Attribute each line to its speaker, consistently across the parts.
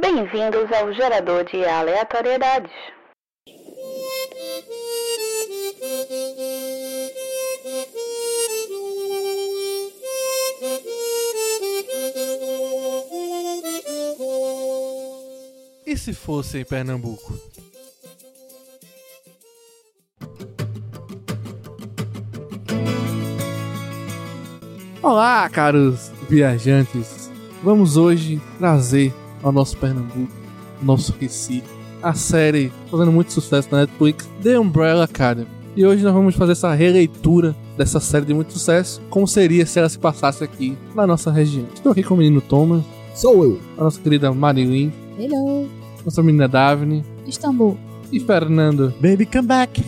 Speaker 1: Bem-vindos ao gerador de aleatoriedades.
Speaker 2: E se fosse em Pernambuco? Olá, caros viajantes. Vamos hoje trazer ao nosso Pernambuco, ao nosso Recife, a série fazendo muito sucesso na Netflix, The Umbrella Academy. E hoje nós vamos fazer essa releitura dessa série de muito sucesso, como seria se ela se passasse aqui na nossa região. Estou aqui com o menino Thomas,
Speaker 3: Sou eu.
Speaker 2: a nossa querida Marilyn,
Speaker 4: Hello,
Speaker 2: nossa menina Daphne
Speaker 4: Istambul.
Speaker 2: e Fernando.
Speaker 3: Baby, come back.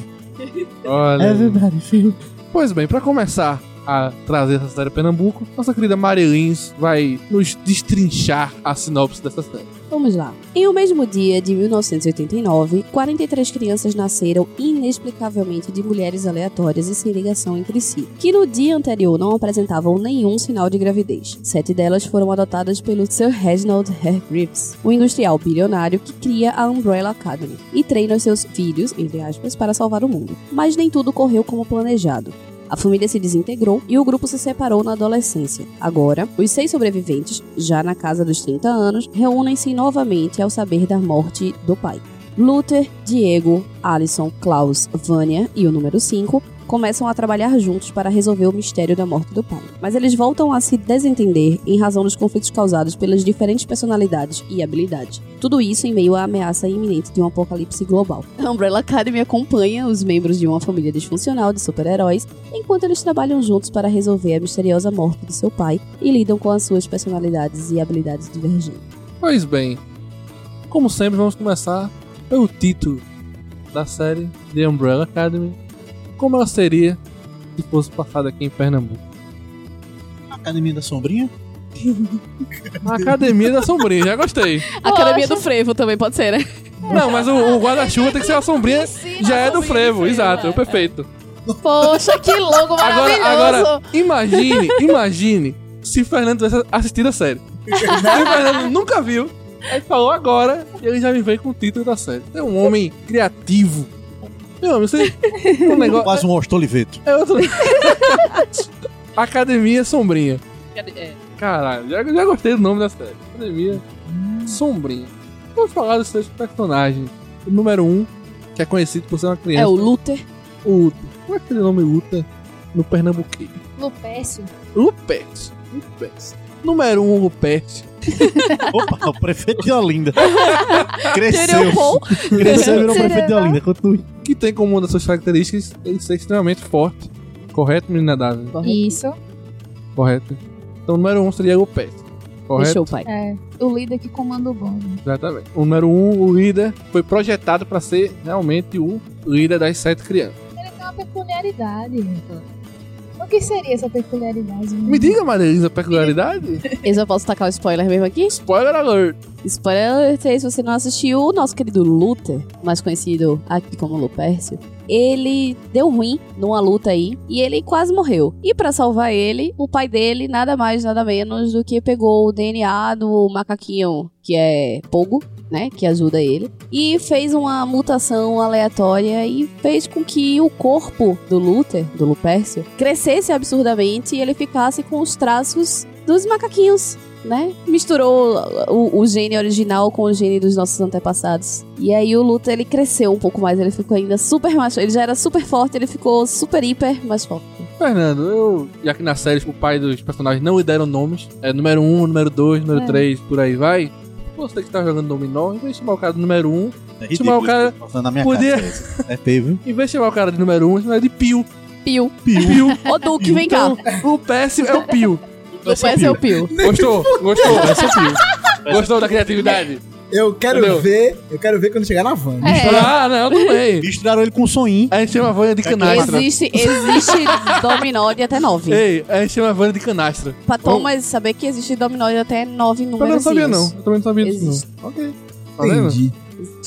Speaker 2: Olha.
Speaker 3: Everybody feel.
Speaker 2: Pois bem, para começar a trazer essa série a Pernambuco, nossa querida Marilins vai nos destrinchar a sinopse dessa série.
Speaker 4: Vamos lá. Em um mesmo dia de 1989, 43 crianças nasceram inexplicavelmente de mulheres aleatórias e sem ligação entre si, que no dia anterior não apresentavam nenhum sinal de gravidez. Sete delas foram adotadas pelo Sir Reginald Hare Grips, um industrial bilionário que cria a Umbrella Academy e treina os seus filhos, entre aspas, para salvar o mundo. Mas nem tudo correu como planejado. A família se desintegrou e o grupo se separou na adolescência. Agora, os seis sobreviventes, já na casa dos 30 anos, reúnem-se novamente ao saber da morte do pai. Luther, Diego, Alison, Klaus, Vânia e o número 5 começam a trabalhar juntos para resolver o mistério da morte do pai. Mas eles voltam a se desentender em razão dos conflitos causados pelas diferentes personalidades e habilidades. Tudo isso em meio à ameaça iminente de um apocalipse global. A Umbrella Academy acompanha os membros de uma família disfuncional de super-heróis enquanto eles trabalham juntos para resolver a misteriosa morte de seu pai e lidam com as suas personalidades e habilidades divergentes.
Speaker 2: Pois bem, como sempre, vamos começar pelo título da série The Umbrella Academy. Como ela seria se fosse passada aqui em Pernambuco?
Speaker 3: Academia da Sombrinha?
Speaker 2: A Academia da Sombrinha, já gostei.
Speaker 4: Academia do Frevo também pode ser, né?
Speaker 2: Não, mas o, o guarda-chuva tem que ser a sombrinha, já é do frevo, exato, é perfeito.
Speaker 5: Poxa, que logo maravilhoso.
Speaker 2: Agora, agora, imagine, imagine se Fernando tivesse assistido a série. Aí o Fernando nunca viu, aí falou agora e ele já me veio com o título da série. É um homem criativo. Meu amigo, você. Um negócio.
Speaker 3: Quase um Augusto Oliveto.
Speaker 2: É outro. Academia Sombrinha. Caralho, já, já gostei do nome da série. Academia Sombrinha. Vamos falar dos seus personagens. O número um, que é conhecido por ser uma criança.
Speaker 4: É o Luther.
Speaker 2: o Uta. Como é que aquele nome Uta no Pernambuquês?
Speaker 5: Lupécio.
Speaker 2: Lupete. Lupete. Número 1, um, Lupete.
Speaker 3: Opa, o prefeito de Olinda. Cresceu.
Speaker 2: um
Speaker 4: Teria Paul.
Speaker 3: Cresceu e virou prefeito de
Speaker 2: né?
Speaker 5: Seria,
Speaker 3: Olinda. Continue.
Speaker 2: Que tem como uma das suas características ele ser extremamente forte. Correto, menina Davi?
Speaker 5: Isso.
Speaker 2: Correto. Então, o número 1 um seria Lupete. Correto?
Speaker 4: Deixou o pai.
Speaker 5: É. O líder que comanda o bonde.
Speaker 2: Exatamente. O número 1, um, o líder, foi projetado para ser realmente o líder das sete crianças.
Speaker 5: Ele tem É uma peculiaridade. O que seria essa peculiaridade?
Speaker 2: Me diga, Maria Elisa, peculiaridade?
Speaker 4: Eu já posso tacar o spoiler mesmo aqui?
Speaker 2: Spoiler alert.
Speaker 4: Spoiler 3, se você não assistiu, o nosso querido Luther, mais conhecido aqui como Lupércio, ele deu ruim numa luta aí e ele quase morreu. E pra salvar ele, o pai dele, nada mais, nada menos do que pegou o DNA do macaquinho, que é Pogo, né, que ajuda ele, e fez uma mutação aleatória e fez com que o corpo do Luther, do Lupércio, crescesse absurdamente e ele ficasse com os traços dos macaquinhos, né? Misturou o, o gene original com o gene dos nossos antepassados. E aí o Luthor, ele cresceu um pouco mais, ele ficou ainda super mais... Ele já era super forte, ele ficou super, hiper mais forte.
Speaker 2: Fernando, eu, já que na série o pai dos personagens não lhe deram nomes, é número 1, um, número 2, número
Speaker 5: É.
Speaker 2: 3, por aí vai. Você que tá jogando dominó, em vez de chamar o cara do número 1, um,
Speaker 3: É
Speaker 2: Chamar o cara-
Speaker 3: Passando na minha
Speaker 2: Podia-
Speaker 3: casa. É feio, viu?
Speaker 2: em vez de chamar o cara de número 1, um, chama ele de Pio.
Speaker 4: Pio.
Speaker 2: É Pio.
Speaker 4: Ô, Duke, vem cá.
Speaker 2: O péssimo é o Pio.
Speaker 4: Tu
Speaker 2: é
Speaker 4: conhece o Pio.
Speaker 2: Gostou? Gostou? Esse é o Pio. Gostou da criatividade?
Speaker 6: Eu quero
Speaker 2: Entendeu?
Speaker 6: ver, eu quero ver quando chegar na van.
Speaker 5: É.
Speaker 2: Ah, não, também.
Speaker 3: Misturaram ele com um soninho.
Speaker 2: A gente chama a Vânia de canastra.
Speaker 4: É Existe, existe dominó de até nove.
Speaker 2: Ei, a gente chama a Vânia de canastra.
Speaker 4: Pra Thomas saber que existe dominó de até nove
Speaker 2: Eu não
Speaker 4: números.
Speaker 2: sabia, não. Eu também não sabia disso, não. Ok. Tá vendo?
Speaker 6: Entendi.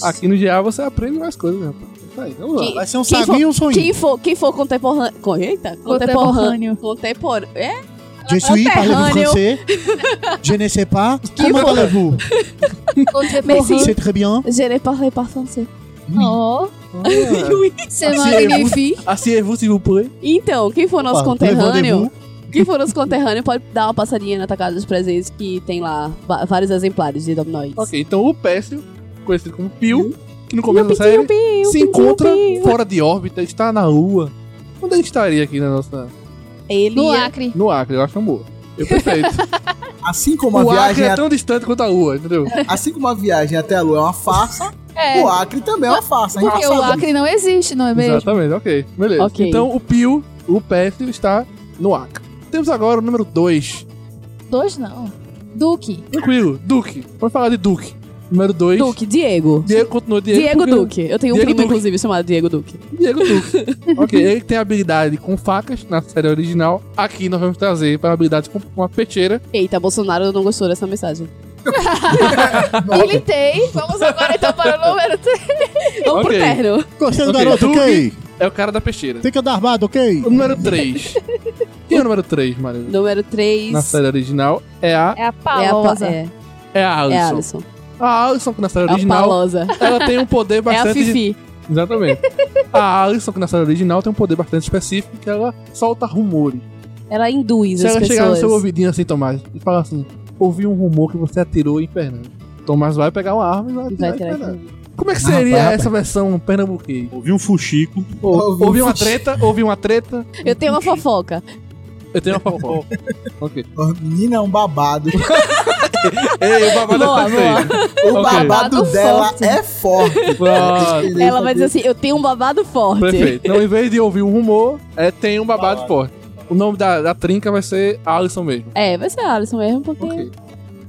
Speaker 2: Aqui no GA você aprende mais coisas, né? Tá aí, vamos lá.
Speaker 4: Que-
Speaker 3: Vai ser um
Speaker 4: Quem
Speaker 3: saguinho e um soninho.
Speaker 4: Quem for, quem for contemporâneo... Eita, contemporâneo.
Speaker 5: Contemporâneo.
Speaker 4: Contemporâneo. É?
Speaker 7: Je suis, parlez-vous
Speaker 8: Conterrâneo.
Speaker 7: français? Je ne sais pas.
Speaker 2: é
Speaker 7: Comment allez-vous?
Speaker 8: Merci.
Speaker 7: C'est très bien.
Speaker 8: Je ne parle pas français.
Speaker 5: Oh,
Speaker 8: C'est
Speaker 2: Sim,
Speaker 8: magnifique.
Speaker 2: é? Assim é vous, s'il vous plaît.
Speaker 4: Então, quem for nosso
Speaker 7: Opa,
Speaker 4: conterrâneo,
Speaker 7: levandez-vous.
Speaker 4: quem for nosso conterrâneo pode dar uma passadinha na Tacada dos Presentes, que tem lá va- vários exemplares de Dominóis.
Speaker 2: Ok, então o Pécio, conhecido como Pio,
Speaker 6: Hum?
Speaker 2: que no começo da série se
Speaker 8: Piu,
Speaker 2: encontra
Speaker 8: Piu.
Speaker 2: fora de órbita, está na Lua. Onde ele estaria aqui na nossa.
Speaker 4: Ele
Speaker 5: no
Speaker 4: é...
Speaker 5: Acre.
Speaker 2: No Acre, eu acho um boa. Eu perfeito.
Speaker 6: Assim como a
Speaker 2: o Acre
Speaker 6: viagem,
Speaker 2: é tão distante quanto a Lua, entendeu?
Speaker 6: a- assim como a viagem até a Lua é uma farsa,
Speaker 5: É,
Speaker 6: o Acre também é uma farsa.
Speaker 5: porque o Acre não existe, não é mesmo?
Speaker 2: Exatamente, ok. Beleza.
Speaker 4: Ok.
Speaker 2: Então o Pio, o Pécio, está no Acre. Temos agora o número 2.
Speaker 5: Dois não. Duque.
Speaker 2: Tranquilo, Duque. Vamos falar de Duke. Número 2.
Speaker 4: Duque, Diego.
Speaker 2: Diego continua Diego.
Speaker 4: Diego
Speaker 2: porque-
Speaker 4: Duque. Eu tenho um
Speaker 2: Diego
Speaker 4: primo,
Speaker 2: Duque.
Speaker 4: inclusive, chamado Diego Duque.
Speaker 2: Diego Duque. ok, ele tem habilidade com facas na série original. Aqui nós vamos trazer para habilidade com uma peixeira.
Speaker 4: Eita, Bolsonaro não gostou dessa mensagem.
Speaker 5: Militei. Vamos agora então para o número 3.
Speaker 2: Ok.
Speaker 4: Vamos um pro terno.
Speaker 7: Gostei do
Speaker 2: Ok,
Speaker 7: garoto,
Speaker 2: Duque.
Speaker 7: ok?
Speaker 2: É o cara da peixeira.
Speaker 7: Tem que andar armado, ok?
Speaker 2: O número 3. Quem é o número 3, Maria?
Speaker 4: Número 3
Speaker 2: Na série original é a,
Speaker 5: É a
Speaker 4: é, a, pa-
Speaker 5: Paulosa.
Speaker 4: é,
Speaker 2: é a
Speaker 4: é a
Speaker 2: Alison.
Speaker 4: Alison.
Speaker 2: A Alison, que na série
Speaker 4: É a
Speaker 2: original,
Speaker 4: Paulosa.
Speaker 2: ela tem um poder
Speaker 4: É a
Speaker 2: bastante.
Speaker 4: Fifi.
Speaker 2: Exatamente. A Alison, que na série original, tem um poder bastante específico que ela solta rumores.
Speaker 4: Ela induz
Speaker 2: Se
Speaker 4: as
Speaker 2: ela chegar no
Speaker 4: pessoas.
Speaker 2: seu ouvidinho assim, Tomás, e falar assim: ouvi um rumor que você atirou em Fernando. Tomás vai pegar uma arma e vai
Speaker 4: E
Speaker 2: atirar
Speaker 4: vai
Speaker 2: em
Speaker 4: tirar
Speaker 2: Fernando.
Speaker 4: aqui.
Speaker 2: Como é que seria
Speaker 7: rapaz,
Speaker 2: essa versão pernambuquês?
Speaker 3: Ouvi um fuxico.
Speaker 2: Ou-
Speaker 6: Ouvi
Speaker 2: Ouvi
Speaker 6: um
Speaker 2: uma
Speaker 6: fute-
Speaker 2: treta, ouvi uma treta.
Speaker 4: Eu tenho uma fofoca.
Speaker 2: Eu tenho uma fofoca. ok.
Speaker 6: O menino é um babado.
Speaker 2: Ei, o babado
Speaker 4: Boa,
Speaker 2: é perfeito.
Speaker 6: O
Speaker 2: Ok.
Speaker 6: babado
Speaker 4: Babado
Speaker 6: dela
Speaker 4: forte.
Speaker 6: é forte.
Speaker 2: Pronto,
Speaker 4: Ela vai dizer assim: Eu tenho um babado forte.
Speaker 2: Perfeito. Então, em vez de ouvir um rumor, é, tem um babado forte. O nome da, da trinca vai ser Alisson mesmo.
Speaker 4: É, vai ser a Alison mesmo, porque
Speaker 7: Hum.
Speaker 2: Ok.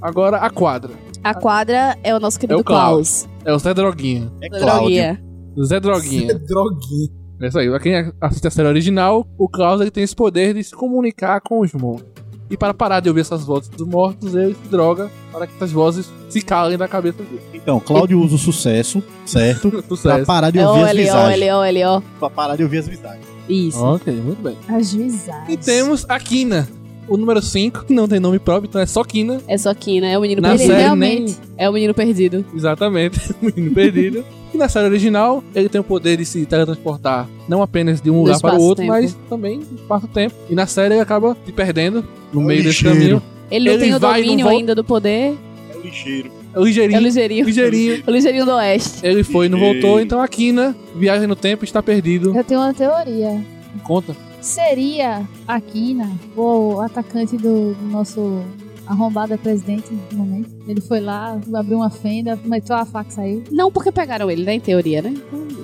Speaker 2: Agora, a quadra.
Speaker 4: a quadra é o nosso querido
Speaker 2: É o Klaus.
Speaker 4: Klaus.
Speaker 2: É o Zé Droguinha.
Speaker 7: É
Speaker 4: Droguinha.
Speaker 2: Zé Droguinha.
Speaker 6: Droguinha.
Speaker 2: É isso aí. Pra quem assiste a série original, o Klaus ele tem esse poder de se comunicar com os mortos. E para parar de ouvir essas vozes dos mortos, ele se droga para que essas vozes se calem da cabeça dele.
Speaker 7: Então, Cláudio usa o sucesso, certo? Pra
Speaker 2: Sucesso.
Speaker 7: parar de ouvir as
Speaker 4: Olha,
Speaker 7: visagens.
Speaker 4: olha, olha, ó.
Speaker 7: Pra parar de ouvir as visagens.
Speaker 4: Isso.
Speaker 2: Ok, muito bem.
Speaker 5: é. Ajuizar.
Speaker 2: E um temos a Kina, o número 5, que não tem nome próprio, então é só Kina.
Speaker 4: É só Kina, é o menino
Speaker 2: Na
Speaker 5: Ele
Speaker 4: perdido.
Speaker 2: série
Speaker 5: realmente-
Speaker 2: nem...
Speaker 4: É o menino perdido.
Speaker 2: Exatamente, menino perdido. E na série original, ele tem o poder de se teletransportar não apenas de um
Speaker 4: No
Speaker 2: lugar para o outro,
Speaker 4: espaço-tempo.
Speaker 2: mas também no espaço-tempo. E na série ele acaba se perdendo no
Speaker 7: É um
Speaker 2: meio desse
Speaker 7: lixeiro.
Speaker 2: caminho.
Speaker 4: Ele não
Speaker 2: Ele
Speaker 4: tem o
Speaker 2: vai,
Speaker 4: domínio
Speaker 2: não volta.
Speaker 4: ainda do poder.
Speaker 3: É o lixeiro.
Speaker 2: É o
Speaker 4: É o
Speaker 2: ligeirinho.
Speaker 4: ligeirinho.
Speaker 2: ligeirinho.
Speaker 4: O ligeirinho do oeste.
Speaker 2: Ele foi e não voltou,
Speaker 3: Ligeiro.
Speaker 2: então a Kina viaja no tempo e está perdido.
Speaker 5: Eu tenho uma teoria.
Speaker 4: É.
Speaker 2: Conta.
Speaker 5: Seria a Kina, o atacante do do nosso arrombado é presidente no momento. Ele foi lá, abriu uma fenda, meteu a faca e saiu.
Speaker 4: Não porque pegaram ele, né? Em teoria, né?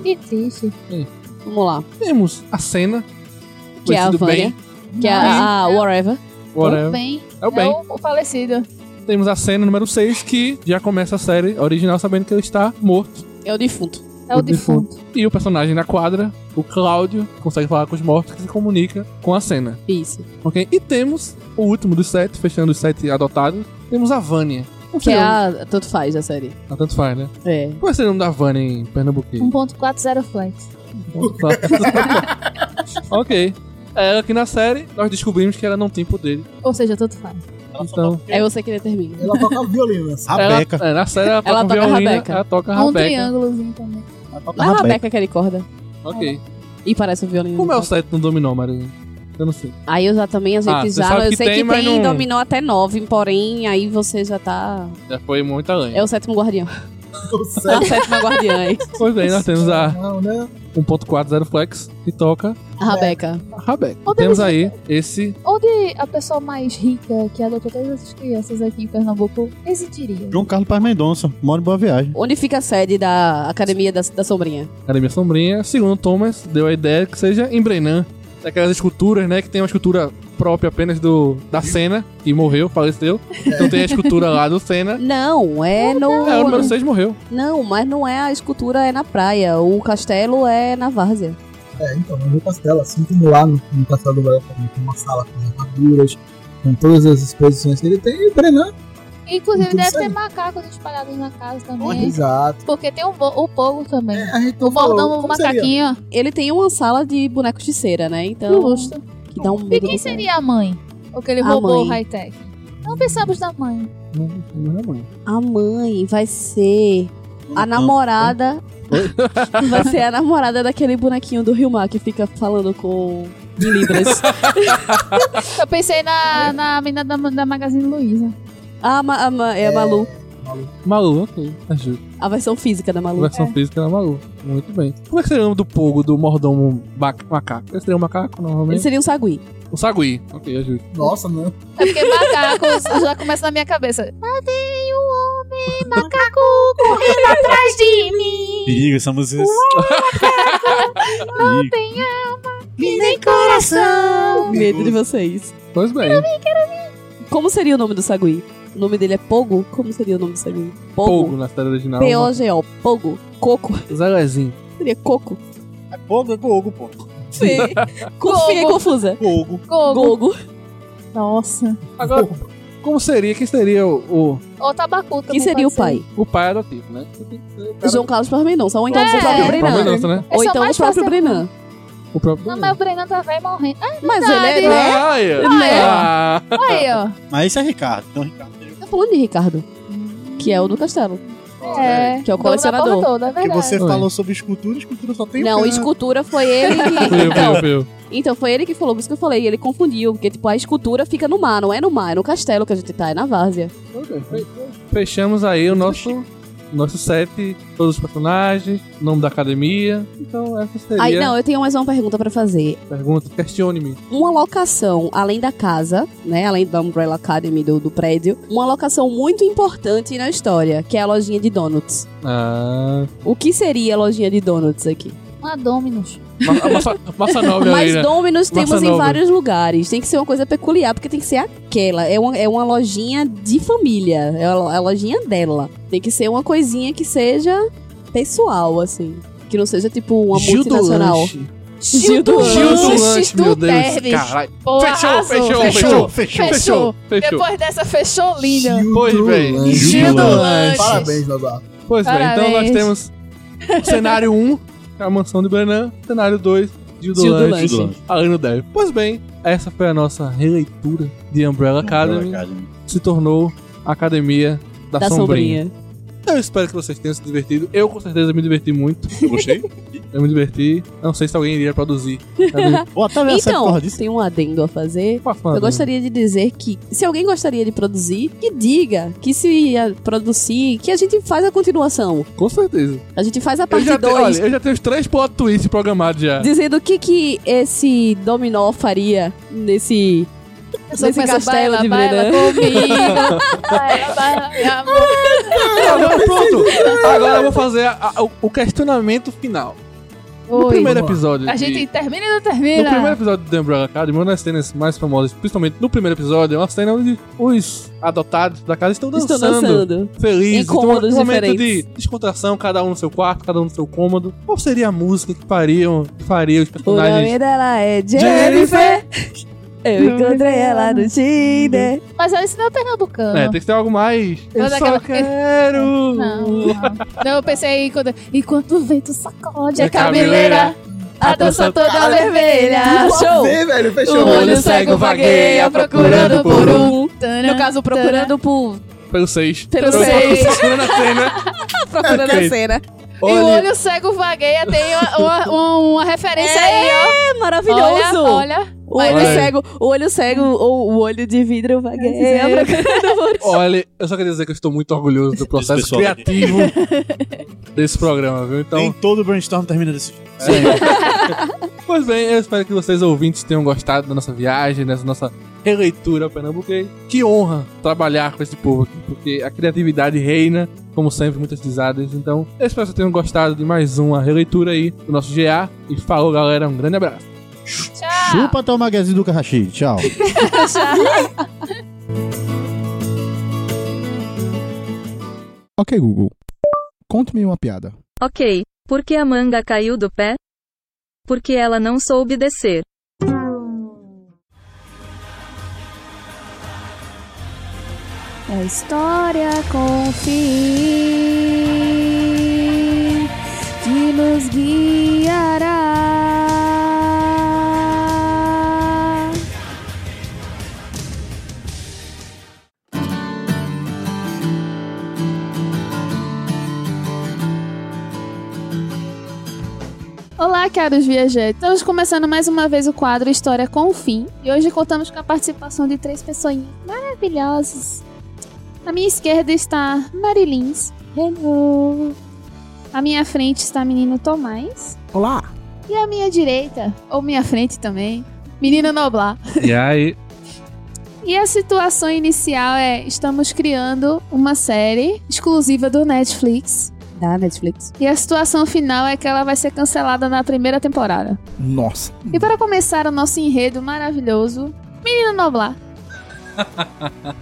Speaker 5: Que triste.
Speaker 4: Vamos lá.
Speaker 2: Temos a cena.
Speaker 4: Que é a Vânia. Que é a, a Whatever.
Speaker 5: O bem.
Speaker 2: É o bem.
Speaker 5: É o, o falecido.
Speaker 2: Temos a cena número 6, que já começa a série original sabendo que ele está morto.
Speaker 4: É o defunto.
Speaker 5: É o, defunto.
Speaker 2: E o personagem na quadra, o Cláudio, consegue falar com os mortos que se comunica com a cena.
Speaker 4: Isso.
Speaker 2: Ok? E temos o último dos sete, fechando os sete adotados. Temos a Vânia. Não
Speaker 4: Que
Speaker 2: sei
Speaker 4: é
Speaker 2: o nome.
Speaker 4: a. Tanto faz da série.
Speaker 2: Ah, tanto faz, né?
Speaker 4: É.
Speaker 2: Qual é o nome da Vânia em Pernambuquês?
Speaker 5: 1.40 flex.
Speaker 2: ok. Ela aqui na série, nós descobrimos que ela não tem poder.
Speaker 5: Ou seja, tudo faz.
Speaker 2: Então,
Speaker 4: É você que determina.
Speaker 6: Ela toca violino assim. nessa.
Speaker 2: ela,
Speaker 7: Rabeca.
Speaker 2: é, na série ela toca,
Speaker 4: Ela
Speaker 2: um
Speaker 4: toca
Speaker 2: violino,
Speaker 4: rabeca.
Speaker 2: ela toca
Speaker 5: Um
Speaker 2: rabeca.
Speaker 5: triângulozinho também.
Speaker 7: Ela toca
Speaker 4: Ah, A
Speaker 7: rabeca.
Speaker 4: Rabeca que ele corda.
Speaker 2: ok.
Speaker 4: E parece um violino.
Speaker 2: Como é o sete no dominó, Maria? Eu não sei.
Speaker 4: Aí eu já também, a gente
Speaker 2: Ah, você
Speaker 4: já.
Speaker 2: sabe
Speaker 4: Eu
Speaker 2: que
Speaker 4: sei
Speaker 2: tem,
Speaker 4: que
Speaker 2: mas
Speaker 4: tem
Speaker 2: não-
Speaker 4: dominó até nove, porém, aí você já tá.
Speaker 2: Já foi muito além.
Speaker 4: É o sétimo guardião.
Speaker 6: O
Speaker 4: É o
Speaker 6: sexo
Speaker 4: sétimo guardião aí.
Speaker 2: Pois bem, nós temos a
Speaker 6: não, né?
Speaker 2: 1.40 Flex que toca
Speaker 4: A Rabeca.
Speaker 2: a Rabeca.
Speaker 5: Ô,
Speaker 2: Temos aí esse.
Speaker 5: Onde a pessoa mais rica que adotou todas essas crianças aqui em Pernambuco existiria?
Speaker 7: João Carlos Paz Mendonça. Mora em Boa Viagem.
Speaker 4: Onde fica a sede da Academia da, da Sombrinha?
Speaker 2: Academia Sombrinha. Segundo Thomas, deu a ideia que seja em Brenan. Aquelas esculturas, né? Que tem uma escultura própria apenas do da Senna, que morreu, faleceu. Então tem a escultura lá do Senna.
Speaker 4: Não, é no.
Speaker 2: É, o número 6 morreu.
Speaker 4: Não, mas não é a escultura, é na praia. O castelo é na várzea.
Speaker 6: É, então, mas no castelo, assim como lá no, no castelo do Brasil também tem uma sala com armaduras, com todas as exposições que ele tem, e o Brenan.
Speaker 5: Inclusive,
Speaker 6: Tudo
Speaker 5: deve
Speaker 6: certo.
Speaker 5: ter macacos espalhados na casa também.
Speaker 6: né? Exato.
Speaker 5: Porque tem o, bo- o povo também.
Speaker 6: É, a gente não
Speaker 5: O
Speaker 6: falou.
Speaker 5: bordão, o
Speaker 6: Como seria?
Speaker 5: macaquinho.
Speaker 4: Ele tem uma sala de bonecos de cera, né? Então.
Speaker 5: Justo.
Speaker 4: Que dá um
Speaker 5: E
Speaker 4: medo
Speaker 5: quem
Speaker 4: do cara.
Speaker 5: seria a mãe? Ou que ele
Speaker 4: A
Speaker 5: roubou
Speaker 4: mãe.
Speaker 5: o high-tech. Não pensamos na mãe.
Speaker 6: Não, não é mãe.
Speaker 4: A mãe vai ser
Speaker 5: Ah,
Speaker 4: a namorada. vai ser a namorada daquele bonequinho do Rio Mar que fica falando com. Em Libras.
Speaker 5: Eu pensei na, na menina da, da Magazine Luiza.
Speaker 4: a, Ma- a Ma- é a Malu.
Speaker 2: Malu, ok. Ajuda.
Speaker 4: A versão física da Malu.
Speaker 2: Versão física da Malu. Muito bem. Como é que seria o nome do pogo do mordomo ba- macaco? Ele seria um macaco,
Speaker 4: Ele
Speaker 2: normalmente?
Speaker 4: seria um sagui.
Speaker 2: O sagui. Ok, ajuda.
Speaker 6: Nossa, né? não.
Speaker 5: É porque macacos já começa na minha cabeça. Matei um homem, macaco correndo atrás de mim.
Speaker 7: Perigo, essa música. Perigo.
Speaker 5: Tem alma e nem coração.
Speaker 4: Medo de vocês.
Speaker 2: Pois bem.
Speaker 4: Como seria o nome do sagui? O nome dele é Pogo? Como seria o nome do sagui?
Speaker 2: Pogo na série original.
Speaker 4: P-O-G-O. Pogo. Coco.
Speaker 2: Zelezinho.
Speaker 4: Seria Coco.
Speaker 7: É Pogo é Gogo, pô.
Speaker 4: Sim. Fiquei confusa.
Speaker 7: Gogo.
Speaker 5: Gogo.
Speaker 4: Gogo.
Speaker 5: Nossa.
Speaker 2: Agora, como seria? Quem seria o, o,
Speaker 5: Ou tabacu também
Speaker 4: Quem seria o
Speaker 5: pode ser.
Speaker 4: pai?
Speaker 2: o pai adotivo, né? Tem que ser o cara-
Speaker 4: João Carlos Parmendonça. Ou então
Speaker 5: É.
Speaker 4: o próprio
Speaker 2: O próprio
Speaker 4: Brenan.
Speaker 2: Mendonça, né?
Speaker 4: Ou
Speaker 5: Esse é o
Speaker 4: então o
Speaker 5: mais
Speaker 4: próprio
Speaker 5: fácil.
Speaker 4: Brenan.
Speaker 2: O próprio
Speaker 5: Não, mas o Brenan tá velho morrendo. Ah,
Speaker 4: Mas ele é, né?
Speaker 2: Ah, é.
Speaker 4: Né?
Speaker 2: Ah,
Speaker 5: olha aí, ó.
Speaker 7: Mas esse é Ricardo. Então, Ricardo seria o
Speaker 4: Tá falando de Ricardo. Que é o do Castelo.
Speaker 5: É.
Speaker 4: Que é o
Speaker 5: dono da porra
Speaker 4: colecionador.
Speaker 5: Toda, é
Speaker 7: Porque
Speaker 5: verdade.
Speaker 7: você
Speaker 2: Ué.
Speaker 7: falou sobre escultura, escultura só tem um
Speaker 4: Não,
Speaker 7: cara.
Speaker 4: escultura foi ele que.
Speaker 2: meu,
Speaker 4: então,
Speaker 2: meu, meu.
Speaker 4: então, foi ele que falou, por isso que eu falei. Ele confundiu, porque, tipo, a escultura fica no mar, não é no mar, é no castelo que a gente tá, é na várzea.
Speaker 2: Fechamos aí o nosso, nosso set, todos os personagens, nome da academia. Então, essa seria
Speaker 4: Aí, não, eu tenho mais uma pergunta pra fazer.
Speaker 2: a pergunta. Questione-me.
Speaker 4: Uma locação, além da casa, né? Além da Umbrella Academy do, do prédio, uma locação muito importante na história, que é a lojinha de donuts.
Speaker 2: Ah,
Speaker 4: O que seria a lojinha de donuts aqui?
Speaker 5: Uma Dominus.
Speaker 2: ma- a massa, massa nova aí,
Speaker 4: Mas
Speaker 2: né?
Speaker 4: Dominus temos
Speaker 2: Massa
Speaker 4: em
Speaker 2: Nova.
Speaker 4: vários lugares. Tem que ser uma coisa peculiar, porque tem que ser aquela. É uma, é uma lojinha de família. É a lo- a lojinha dela. Tem que ser uma coisinha que seja pessoal, assim. Que não seja tipo uma
Speaker 2: Gil do
Speaker 4: multinacional.
Speaker 2: Lanche.
Speaker 4: Gil do
Speaker 2: Gil do
Speaker 4: Lanche.
Speaker 2: Lanche, meu Deus.
Speaker 5: Terres.
Speaker 2: Caralho.
Speaker 5: Pô,
Speaker 2: Fechou,
Speaker 5: arrasou.
Speaker 2: fechou,
Speaker 7: Fechou,
Speaker 2: Fechou.
Speaker 7: fechou.
Speaker 2: Fechou, fechou.
Speaker 5: Depois dessa, fechou linda.
Speaker 2: Pois bem.
Speaker 6: Lanche.
Speaker 7: Gil do
Speaker 5: Lanche.
Speaker 6: né? Parabéns, Babá.
Speaker 2: Pois bem, então nós
Speaker 5: Parabéns.
Speaker 2: temos o cenário 1, que é a mansão de Brenan, cenário 2, Gil do
Speaker 4: Gil do
Speaker 2: Lanche,
Speaker 4: Lanche.
Speaker 2: Alano Dev. Pois bem, essa foi a nossa releitura de Umbrella Academy, se tornou a Academia da,
Speaker 4: Da
Speaker 2: tá Sombrinha.
Speaker 4: sombrinha.
Speaker 2: Eu espero que vocês tenham se divertido. Eu com certeza me diverti muito.
Speaker 7: Eu gostei.
Speaker 2: Eu me diverti. Eu não sei se alguém iria produzir. É
Speaker 7: Ou até ver tá essa
Speaker 4: Então,
Speaker 7: porra disso.
Speaker 4: tem um adendo a fazer.
Speaker 2: Ah,
Speaker 4: Eu gostaria de dizer que, se alguém gostaria de produzir, que diga que se ah, produzir, que a gente faz a continuação.
Speaker 2: né? Com certeza.
Speaker 4: A gente faz a
Speaker 2: Eu
Speaker 4: parte
Speaker 2: já, tenho,
Speaker 4: 2.
Speaker 2: olha, eu já tenho os três plot twists programados já.
Speaker 4: Dizendo o que que esse dominó faria nesse...
Speaker 5: Só
Speaker 4: Nesse
Speaker 5: começa,
Speaker 4: castelo
Speaker 5: baila,
Speaker 4: de
Speaker 5: baila
Speaker 4: Miranda.
Speaker 5: comigo. baila, baila, meu amor.
Speaker 2: Agora pronto. Agora eu vou fazer a- a- o- o questionamento final. No
Speaker 5: Oi.
Speaker 2: primeiro
Speaker 6: Vamos lá.
Speaker 2: episódio.
Speaker 5: A
Speaker 2: de-
Speaker 5: gente termina e não
Speaker 2: No
Speaker 5: termina.
Speaker 2: primeiro episódio do The Umbrella Academy, uma das cenas mais famosas, principalmente no primeiro episódio, é uma cena onde os adotados da casa estão dançando,
Speaker 4: Estou dançando.
Speaker 2: felizes,
Speaker 4: Em cômodos
Speaker 2: um momento de
Speaker 4: diferentes.
Speaker 2: descontração, cada um no seu quarto, cada um no seu cômodo. Qual seria a música que fariam, que faria os
Speaker 4: O
Speaker 2: personagens?
Speaker 4: nome dela é
Speaker 2: Jennifer.
Speaker 4: Jennifer. Eu encontrei ela no Tinder.
Speaker 5: Mas olha, isso não é pernambucano.
Speaker 2: É, tem que ter algo mais. Eu
Speaker 5: Mas
Speaker 2: só
Speaker 5: aquela-
Speaker 2: quero.
Speaker 5: Não, não. Não, eu pensei quando... Enquanto o vento sacode
Speaker 2: É
Speaker 5: a cabeleira, a dança toda vermelha.
Speaker 4: Show!
Speaker 6: Vê, velho,
Speaker 4: O
Speaker 6: fechou.
Speaker 4: olho cego vagueia procurando por um. No caso, procurando por. um.
Speaker 2: Pelo 6.
Speaker 4: Pelo seis. procurando
Speaker 2: Ok.
Speaker 4: a cena.
Speaker 5: E o olho cego vagueia tem uma, uma- uma- uma referência aí, ó.
Speaker 4: É maravilhoso!
Speaker 5: Olha, olha.
Speaker 4: O olho
Speaker 2: Olha.
Speaker 4: cego, o olho cego ou o olho de vidro vagueia procurando por.
Speaker 2: Olha, eu só queria dizer que eu estou muito orgulhoso do processo
Speaker 7: pessoal aqui.
Speaker 2: criativo desse programa, viu? Então,
Speaker 7: Nem todo brainstorm termina desse jeito.
Speaker 2: Pois bem, eu espero que vocês ouvintes tenham gostado da nossa viagem, dessa nossa releitura pernambuquês. Que honra trabalhar com esse povo aqui, porque a criatividade reina, como sempre, muitas risadas. Então, eu espero que vocês tenham gostado de mais uma releitura aí do nosso GA. E falou, galera, um grande abraço.
Speaker 5: Tchau.
Speaker 7: Chupa teu magazine do Carrachi. Tchau.
Speaker 9: Ok, Google. Conte-me uma piada.
Speaker 10: Ok. Por que a manga caiu do pé? Porque ela não soube descer.
Speaker 8: É história com fim que nos guiará.
Speaker 5: Olá, caros viajantes. Estamos começando mais uma vez o quadro História com Fim. E hoje contamos com a participação de três pessoinhas maravilhosas. À minha esquerda está Marilins. Hello. À minha frente está menino Tomás.
Speaker 11: Olá.
Speaker 5: E à minha direita, ou minha frente também, menino Noblar.
Speaker 2: E aí?
Speaker 5: E a situação inicial é: estamos criando uma série exclusiva do Netflix.
Speaker 4: Da Netflix.
Speaker 5: E a situação final é que ela vai ser cancelada na primeira temporada.
Speaker 12: Nossa.
Speaker 5: E para começar o nosso enredo maravilhoso, Menino Noblar,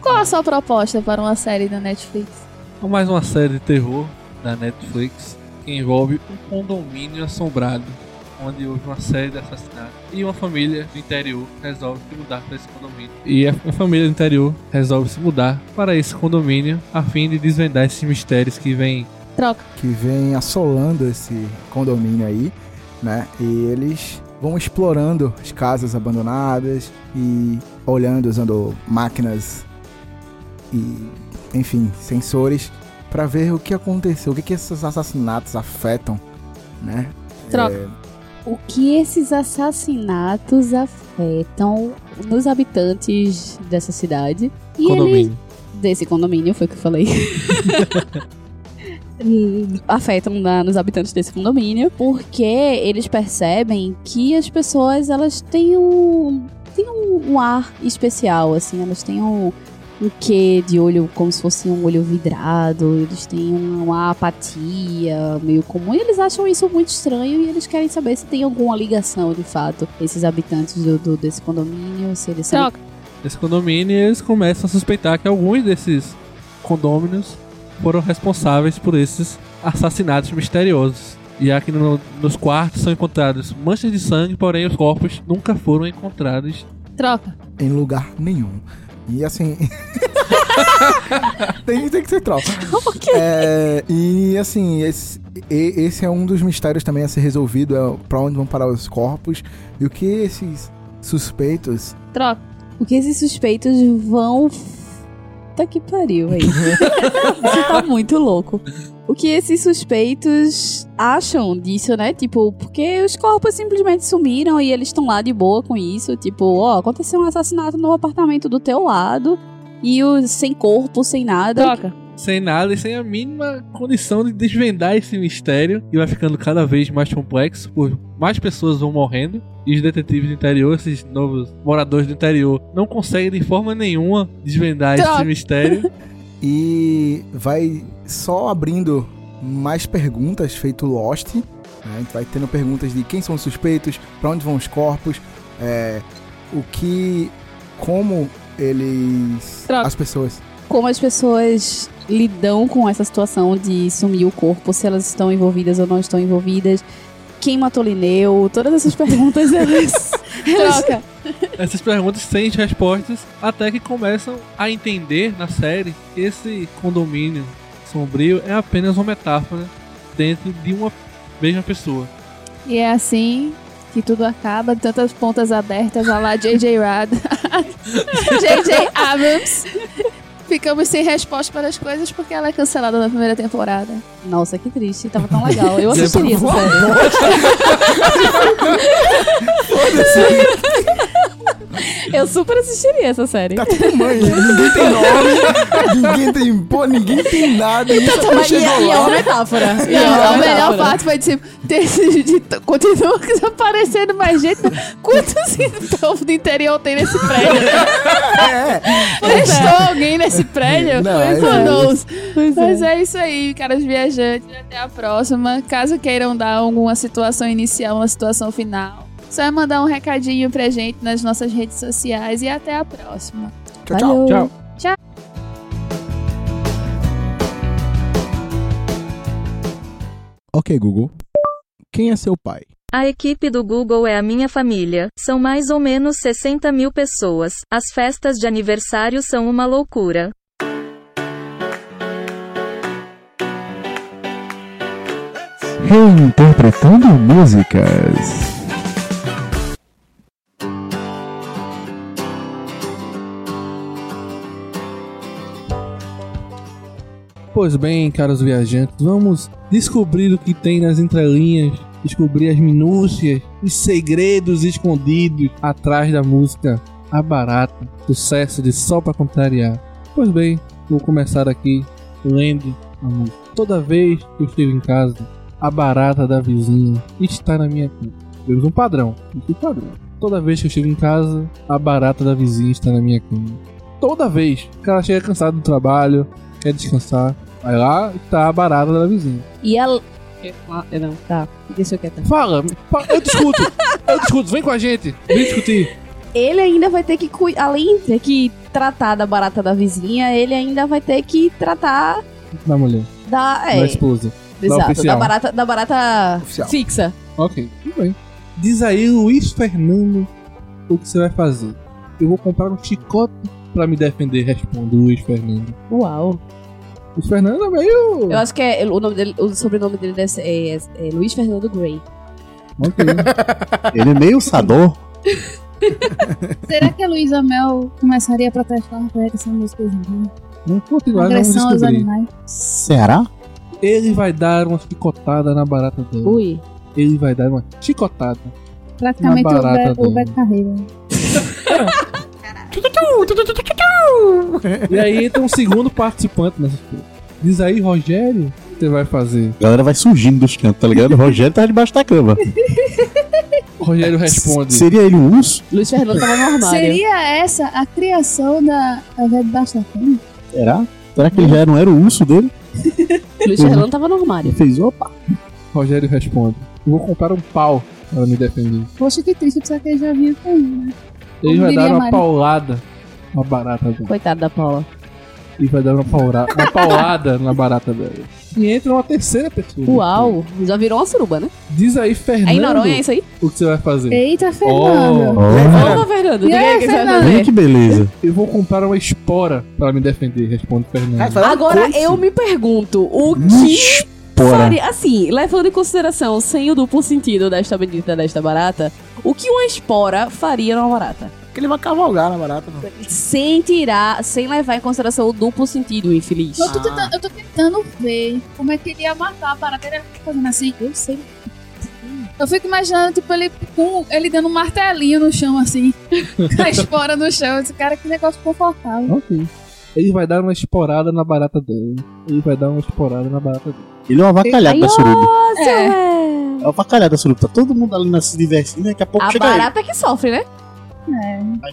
Speaker 5: qual a sua proposta para uma série da Netflix?
Speaker 2: Mais uma série de terror da Netflix que envolve um condomínio assombrado, onde houve uma série de assassinatos e uma família do interior resolve se mudar para esse condomínio. E a a família do interior resolve se mudar para esse condomínio a fim de desvendar esses mistérios que vêm
Speaker 5: Troca.
Speaker 11: Que vem assolando esse condomínio aí, né? E eles vão explorando as casas abandonadas e olhando, usando máquinas e, enfim, sensores para ver o que aconteceu, o que, que esses assassinatos afetam, né?
Speaker 4: Troca.
Speaker 11: É,
Speaker 4: O que esses assassinatos afetam nos habitantes dessa cidade? E
Speaker 2: condomínio.
Speaker 4: eles- Desse condomínio, foi o que eu falei. Hum, afetam na- nos habitantes desse condomínio, porque eles percebem que as pessoas elas têm um, têm um, um ar especial, assim, elas têm um, um quê de olho como se fosse um olho vidrado, eles têm um, uma apatia meio comum, e eles acham isso muito estranho e eles querem saber se tem alguma ligação de fato esses habitantes do, do- desse condomínio, se eles são.
Speaker 2: Esse condomínio e eles começam a suspeitar que alguns desses condôminos foram responsáveis por esses assassinatos misteriosos. E aqui no- nos quartos são encontrados manchas de sangue, porém os corpos nunca foram encontrados.
Speaker 5: Troca.
Speaker 11: em lugar nenhum. E assim. tem, tem que ser tropa. É, e assim, esse, e- esse é um dos mistérios também a ser resolvido: é pra onde vão parar os corpos e o que esses suspeitos.
Speaker 5: Troca.
Speaker 4: O que esses suspeitos vão. Tá que pariu aí. Você tá muito louco. O que esses suspeitos acham disso, né? Tipo, porque os corpos simplesmente sumiram e eles estão lá de boa com isso. Tipo, ó, aconteceu um assassinato no apartamento do teu lado. E o sem corpo, sem nada.
Speaker 5: Troca.
Speaker 2: Sem nada e sem a mínima condição de desvendar esse mistério. E vai ficando cada vez mais complexo, por mais pessoas vão morrendo. E os detetives do interior, esses novos moradores do interior, não conseguem de forma nenhuma desvendar esse
Speaker 11: Troca.
Speaker 2: mistério.
Speaker 11: E vai só abrindo mais perguntas, feito Lost. né? A gente vai tendo perguntas de quem são os suspeitos, pra onde vão os corpos, é, o que. como eles.
Speaker 4: Troca.
Speaker 11: as pessoas.
Speaker 4: como as pessoas lidam com essa situação de sumir o corpo, se elas estão envolvidas ou não estão envolvidas, quem matou Lineu, todas essas perguntas elas, elas-
Speaker 5: Troca.
Speaker 2: Essas perguntas sem respostas até que começam a entender na série que esse condomínio sombrio é apenas uma metáfora dentro de uma mesma pessoa.
Speaker 5: E é assim que tudo acaba, tantas pontas abertas, a lá JJ Rad. JJ Abrams. Ficamos sem resposta para as coisas porque ela é cancelada na primeira temporada.
Speaker 4: Nossa, que triste, tava tão legal. Eu
Speaker 11: Tipo,
Speaker 4: assistiria essa série. Eu super assistiria essa série. Tá
Speaker 11: tudo mãe, ninguém tem nome, ninguém tem. Pô, ninguém tem nada. Isso
Speaker 4: Então, mas e- e é uma metáfora. E é uma
Speaker 5: Não, a melhor
Speaker 4: metáfora.
Speaker 5: parte foi dizer, de, de, continua aparecendo mais gente. Quantos povos do interior tem nesse prédio?
Speaker 13: É,
Speaker 5: Prestou alguém nesse prédio?
Speaker 11: Não, é-
Speaker 5: Who knows?
Speaker 4: Pois é.
Speaker 5: Mas é isso aí, caros viajantes. Até a próxima. Caso queiram dar alguma situação inicial, uma situação final, só é mandar um recadinho pra gente nas nossas redes sociais e até a próxima.
Speaker 11: Tchau, tchau. Valeu. Tchau.
Speaker 5: Tchau.
Speaker 12: Ok, Google. Quem é seu pai?
Speaker 10: A equipe do Google é a minha família. São mais ou menos 60 mil pessoas. As festas de aniversário são uma loucura.
Speaker 12: Reinterpretando músicas.
Speaker 2: Pois bem, caros viajantes, vamos descobrir o que tem nas entrelinhas descobrir as minúcias, os segredos escondidos atrás da música A Barata, sucesso de Só Pra Contrariar. Pois bem, vou começar aqui lendo a música. Toda vez que eu estive em casa, a barata da vizinha está na minha conta. Temos um padrão, um padrão. Toda vez que eu chego em casa, a barata da vizinha está na minha cama. Toda vez. O cara chega cansado do trabalho, quer descansar, vai lá e tá a barata da vizinha.
Speaker 4: E ela. Eu- ah, eu Não, tá. Deixa eu quieto.
Speaker 2: Fala, fa- eu discuto, eu discuto, vem com a gente, vem discutir.
Speaker 4: Ele ainda vai ter que, cui- além de ter que tratar da barata da vizinha, ele ainda vai ter que tratar
Speaker 2: Da mulher,
Speaker 4: da. É,
Speaker 2: da esposa, da
Speaker 4: Exato, da
Speaker 2: oficial.
Speaker 4: barata, da barata
Speaker 2: Oficial.
Speaker 4: fixa.
Speaker 2: Ok, tudo bem. Diz aí, Luiz Fernando, o que você vai fazer? Eu vou comprar um chicote pra me defender, responde o Luiz Fernando.
Speaker 4: Uau.
Speaker 2: O Fernando é meio.
Speaker 4: Eu acho que é, o, nome dele, o sobrenome dele deve ser, é, é Luiz Fernando Gray.
Speaker 13: Ele é meio sador.
Speaker 5: Será que a Luísa Mel começaria a protestar por essa música hoje em dia?
Speaker 2: Vamos continuar, vamos
Speaker 5: Agressão aos
Speaker 2: descobrir.
Speaker 5: animais.
Speaker 2: Será? Ele vai dar uma chicotada na barata dele.
Speaker 5: Ui.
Speaker 2: Ele vai dar uma chicotada.
Speaker 5: Praticamente
Speaker 2: na barata
Speaker 5: o, Be o
Speaker 2: dele.
Speaker 5: Beto Carreiro.
Speaker 2: E aí entra um segundo participante nessa história. Diz aí, Rogério, o que você vai fazer?
Speaker 7: A galera vai surgindo dos cantos, tá ligado? O Rogério tá debaixo da cama.
Speaker 2: O Rogério
Speaker 7: É,
Speaker 2: responde.
Speaker 7: Seria ele um urso?
Speaker 4: Luiz Fernando tava no armário.
Speaker 5: Seria essa a criação da Rogério Bastacana?
Speaker 7: Será? Será que ele já não era o urso dele?
Speaker 4: Luiz Fernando tava no armário.
Speaker 7: Ele fez, opa.
Speaker 2: Rogério responde. Eu vou comprar um pau para me defender.
Speaker 5: Poxa, que triste, só que ele já vinha caindo, né?
Speaker 2: Ele
Speaker 5: Como
Speaker 2: vai
Speaker 5: diria
Speaker 2: dar uma
Speaker 5: Mari.
Speaker 2: paulada na barata dele.
Speaker 4: Coitado da Paula.
Speaker 2: Ele vai dar uma, paura- uma paulada na barata dele. E entra uma terceira pessoa.
Speaker 4: Uau. Já virou uma suruba, né?
Speaker 2: Diz aí, Fernando.
Speaker 4: É em Noronha, é isso aí?
Speaker 2: O que você vai fazer?
Speaker 5: Eita,
Speaker 2: Oh.
Speaker 5: Fernando.
Speaker 4: Ô, É. Fernando, diga aí o que você vai fazer.
Speaker 7: É. beleza.
Speaker 2: Eu vou comprar uma espora para me defender, responde Fernando.
Speaker 4: Agora eu
Speaker 11: assim?
Speaker 4: me pergunto, o que faria. Assim, levando em consideração sem o duplo sentido desta bendita desta barata, o que uma espora faria numa barata?
Speaker 13: Que ele vai cavalgar na barata. Não.
Speaker 4: Sem tirar, sem levar em consideração o duplo sentido, infeliz.
Speaker 5: Eu tô, tentando, eu tô tentando ver como é que ele ia matar a parada. Ele ia ficar fazendo assim, eu sei. Eu fico imaginando, tipo, ele, com, ele dando um martelinho no chão, assim. com a espora no chão. Esse cara, que negócio confortável.
Speaker 2: Ok. Ele vai dar uma esporada na barata dele. Ele vai dar uma esporada na barata dele.
Speaker 7: Ele é um avacalhado da suruba.
Speaker 4: é.
Speaker 7: É o avacalhado da suruba. Tá todo mundo ali na se divertindo. né? Daqui a pouco
Speaker 4: A
Speaker 7: chega
Speaker 4: barata que sofre, né?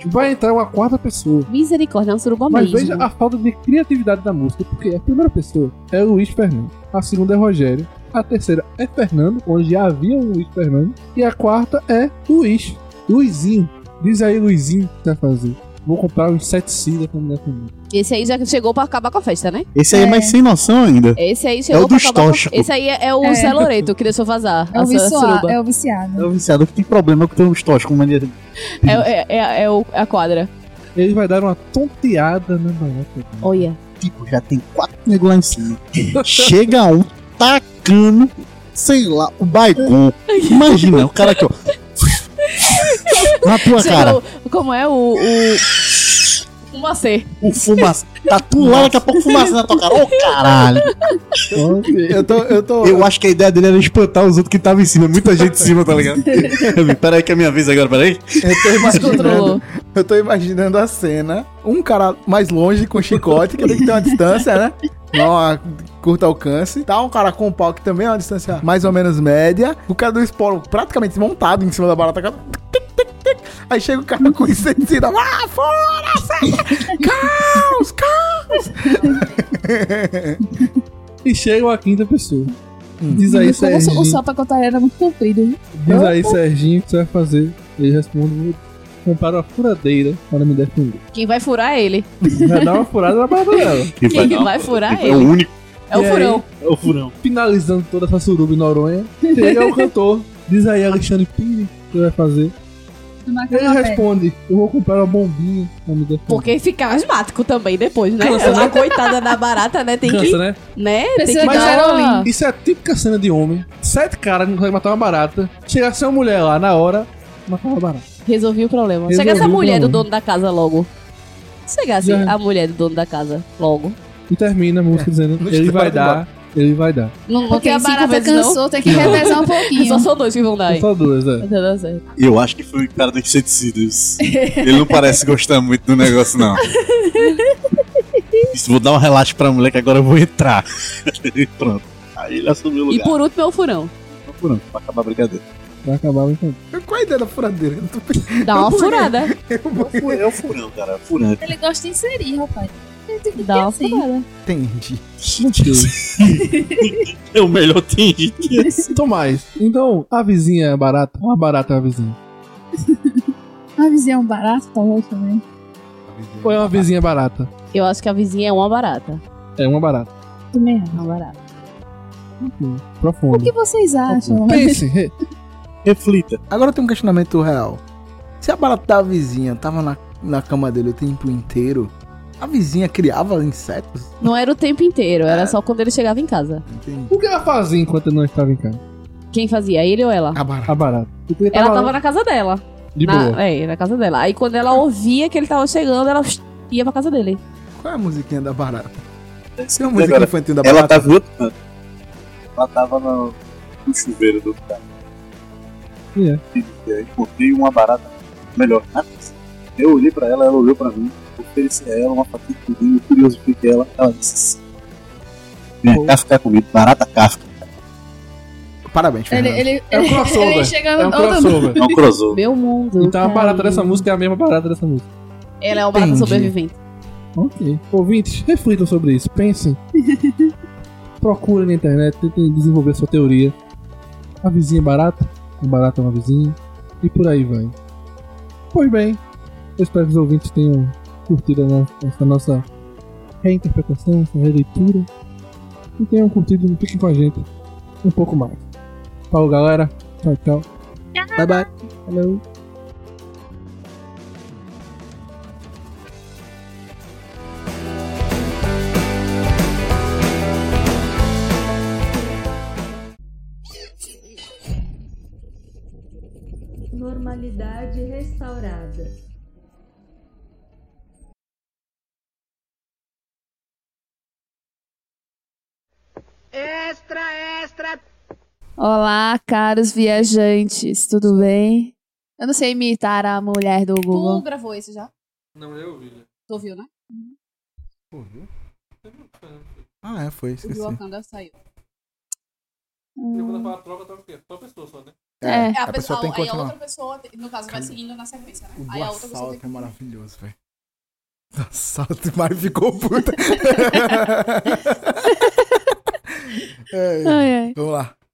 Speaker 2: Vai entrar uma quarta pessoa.
Speaker 4: Misericórdia, é um suruba
Speaker 2: Mas
Speaker 4: mesmo.
Speaker 2: veja a falta de criatividade da música, porque a primeira pessoa é o Luiz Fernando, a segunda é Rogério, a terceira é Fernando, onde já havia um Luiz Fernando, e a quarta é Luiz. Luizinho. Diz aí, Luizinho, o que você vai fazer? Vou comprar uns sete cílios pra mulher comigo.
Speaker 4: Esse aí já chegou pra acabar com a festa, né?
Speaker 7: Esse aí é mais sem noção ainda.
Speaker 4: Esse aí
Speaker 7: É
Speaker 4: chegou
Speaker 7: o
Speaker 4: pra
Speaker 7: dos
Speaker 4: acabar com
Speaker 7: tóxicos.
Speaker 4: Esse aí é, é o
Speaker 5: É.
Speaker 4: Zé Loreto que deixou vazar.
Speaker 5: É o,
Speaker 4: a sua
Speaker 5: viciado,
Speaker 4: suruba.
Speaker 5: é o viciado.
Speaker 7: É o viciado que tem problema com os tóxicos. Maneira.
Speaker 4: É, é, é- é o- a quadra.
Speaker 2: Ele vai dar uma tonteada na barata dele.
Speaker 4: Olha.
Speaker 7: Tipo, já tem quatro negros lá em cima. Chega um tacando, sei lá, o baigon. Imagina, o cara aqui, ó. Na tua cara.
Speaker 4: Chegou, como é o. o... Uma C.
Speaker 7: O fumaça. Tá tu lá, daqui a pouco fumaça na tua cara. Ô, caralho.
Speaker 11: Eu tô, eu tô.
Speaker 7: Eu acho que a ideia dele era espantar os outros que estavam em cima. Muita gente em cima, tá ligado? peraí que é minha vez agora, peraí.
Speaker 11: Eu tô
Speaker 4: Descontrolou.
Speaker 11: imaginando. Eu tô imaginando a cena. Um cara mais longe com chicote, que tem que ter uma distância, né? Não, a curto alcance. Tá um cara com um pau que também é uma distância mais ou menos média. O cara do esporo praticamente montado em cima da barata. cara, tic, tic, tic. Aí chega o cara com inseticida lá fora! sai! Caos! Caos!
Speaker 2: E chega a quinta pessoa. Diz aí,
Speaker 5: Como o so-
Speaker 2: Serginho.
Speaker 5: o sol pra contar era muito comprido. viu?
Speaker 2: Diz aí, Serginho, o que você vai fazer? Ele responde, vou comprar uma furadeira para me defender.
Speaker 4: Quem vai furar é ele.
Speaker 2: Vai dar uma furada na barata dela.
Speaker 4: Quem vai, furar é
Speaker 7: É o
Speaker 4: ele.
Speaker 7: único.
Speaker 4: É o
Speaker 2: E aí,
Speaker 4: furão.
Speaker 7: É o furão.
Speaker 2: Finalizando toda essa suruba em Noronha, chega o cantor. Diz aí, Alexandre Pires, o que vai fazer? Ele responde: Eu vou comprar uma bombinha pra me defender.
Speaker 4: Porque fica asmático também depois, né?
Speaker 2: Cansa,
Speaker 4: A coitada da barata, né? Tem que. Ah.
Speaker 2: Cansa, né?
Speaker 4: né? Tem
Speaker 5: Precisa
Speaker 4: que
Speaker 5: de
Speaker 4: dar uma-
Speaker 5: heroína.
Speaker 2: Isso é a típica cena de homem. Sete caras que não conseguem matar uma barata. Chega essa mulher lá na hora, matar uma barata.
Speaker 4: Resolvi o problema.
Speaker 2: Resolvi
Speaker 4: Chega essa
Speaker 2: o
Speaker 4: mulher do
Speaker 2: problema.
Speaker 4: dono da casa logo. assim, Chegasse
Speaker 2: Já.
Speaker 4: a mulher do dono da casa logo.
Speaker 2: E termina a música dizendo: Ele É. vai dar ele vai dar.
Speaker 4: Não, não
Speaker 5: Porque
Speaker 4: tem
Speaker 5: a
Speaker 4: cinco
Speaker 5: barata
Speaker 4: vezes,
Speaker 5: cansou,
Speaker 4: não?
Speaker 5: tem que revezar um pouquinho.
Speaker 4: Só são dois que vão dar aí.
Speaker 2: Só duas, é.
Speaker 4: Tá dando certo.
Speaker 7: Eu acho que foi o cara dos inseticidas. Ele não parece gostar muito do negócio, não.
Speaker 14: Isso, vou dar um relaxo pra mulher que agora eu vou entrar. Pronto. Aí ele assumiu o
Speaker 4: E
Speaker 14: lugar.
Speaker 4: por último é o furão.
Speaker 14: Por... Pra acabar a brincadeira.
Speaker 2: Vai acabar o encontro.
Speaker 11: Qual a ideia da furadeira?
Speaker 4: Dá uma furada.
Speaker 14: É o furão, cara. Furão.
Speaker 5: Ele gosta de inserir, rapaz.
Speaker 4: Dá uma
Speaker 5: assim.
Speaker 4: furada.
Speaker 11: Entendi.
Speaker 14: É o melhor tem.
Speaker 2: Tomás, então a vizinha é barata? Uma barata é uma vizinha.
Speaker 5: A vizinha é um barato, né? talvez também.
Speaker 2: Ou é uma vizinha barata?
Speaker 4: Eu acho que a vizinha é uma barata.
Speaker 2: É uma barata.
Speaker 5: Também é
Speaker 4: uma barata.
Speaker 2: Hum,
Speaker 5: O
Speaker 2: Profundo.
Speaker 4: é.
Speaker 5: que vocês
Speaker 4: Tá
Speaker 5: acham?
Speaker 2: Pense, re-
Speaker 14: reflita.
Speaker 11: Agora tem um questionamento real. Se a barata da vizinha tava na, na cama dele o tempo inteiro, a vizinha criava insetos?
Speaker 4: Não era o tempo inteiro, era
Speaker 2: É.
Speaker 4: só quando ele chegava em casa.
Speaker 2: O que ela fazia enquanto eu não estava em casa?
Speaker 4: Quem fazia? Ele ou ela?
Speaker 11: A barata.
Speaker 2: A barata. Porque ele
Speaker 4: Ela tava na casa dela.
Speaker 2: Tá De
Speaker 4: na,
Speaker 2: boa.
Speaker 4: É, na casa dela. Aí quando ela ouvia que ele tava chegando, ela psh, ia pra casa dele.
Speaker 11: Qual é a musiquinha da barata?
Speaker 7: E
Speaker 11: Tem uma musiquinha
Speaker 7: agora,
Speaker 11: infantil da
Speaker 7: Ela
Speaker 11: barata?
Speaker 7: tava em outro canto. Ela tava no, no chuveiro do cara.
Speaker 2: É.
Speaker 7: E aí encontrei uma barata melhor. na cozinha. Eu olhei pra ela, ela olhou pra mim, ofereci a ela uma fatia de pudim, eu curiosifiquei é ela, ela disse sim. É, Vem cá ficar comigo, barata Kafka. tá-
Speaker 11: Parabéns,
Speaker 5: Ele, ele,
Speaker 2: É um crossover.
Speaker 5: ele chega
Speaker 2: É um
Speaker 5: no-
Speaker 2: crossover.
Speaker 7: É um crossover.
Speaker 4: Meu mundo.
Speaker 2: Então a barata dessa música é a mesma barata dessa música.
Speaker 4: Ela é uma barata
Speaker 2: Entendi.
Speaker 4: sobrevivente.
Speaker 2: Ok. Ouvintes, reflitam sobre isso. Pensem. Procurem na internet, tentem desenvolver sua teoria. A vizinha é barata, a barata é uma vizinha. E por aí vai. Pois bem, eu espero que os ouvintes tenham curtido a no- essa nossa reinterpretação, essa releitura. E tenham curtido e fiquem com a gente um pouco mais. Falou, galera. Tchau, tchau.
Speaker 11: Bye, bye.
Speaker 2: Hello.
Speaker 10: Normalidade restaurada.
Speaker 15: Extra, extra.
Speaker 5: Olá, caros viajantes, tudo bem? Eu não sei imitar a mulher do Google.
Speaker 4: Tu gravou isso já?
Speaker 2: Não, eu ouvi.
Speaker 4: Tu ouviu, né?
Speaker 11: Ah, é, foi.
Speaker 4: O de
Speaker 11: Esqueci.
Speaker 4: Wakanda saiu.
Speaker 2: Quando fala troca, troca o quê? Só a pessoa só, né?
Speaker 4: É, a,
Speaker 11: a
Speaker 4: pessoa,
Speaker 11: pessoa tem que
Speaker 4: aí a
Speaker 11: continuar.
Speaker 4: outra pessoa, no caso, vai seguindo na sequência, né?
Speaker 11: O
Speaker 4: Aí
Speaker 11: do
Speaker 4: a outra pessoa
Speaker 11: assalto
Speaker 4: tem
Speaker 11: é maravilhoso, velho. Do assalto, mas ficou puta. É,
Speaker 5: Ai, ai.
Speaker 11: Vamos lá.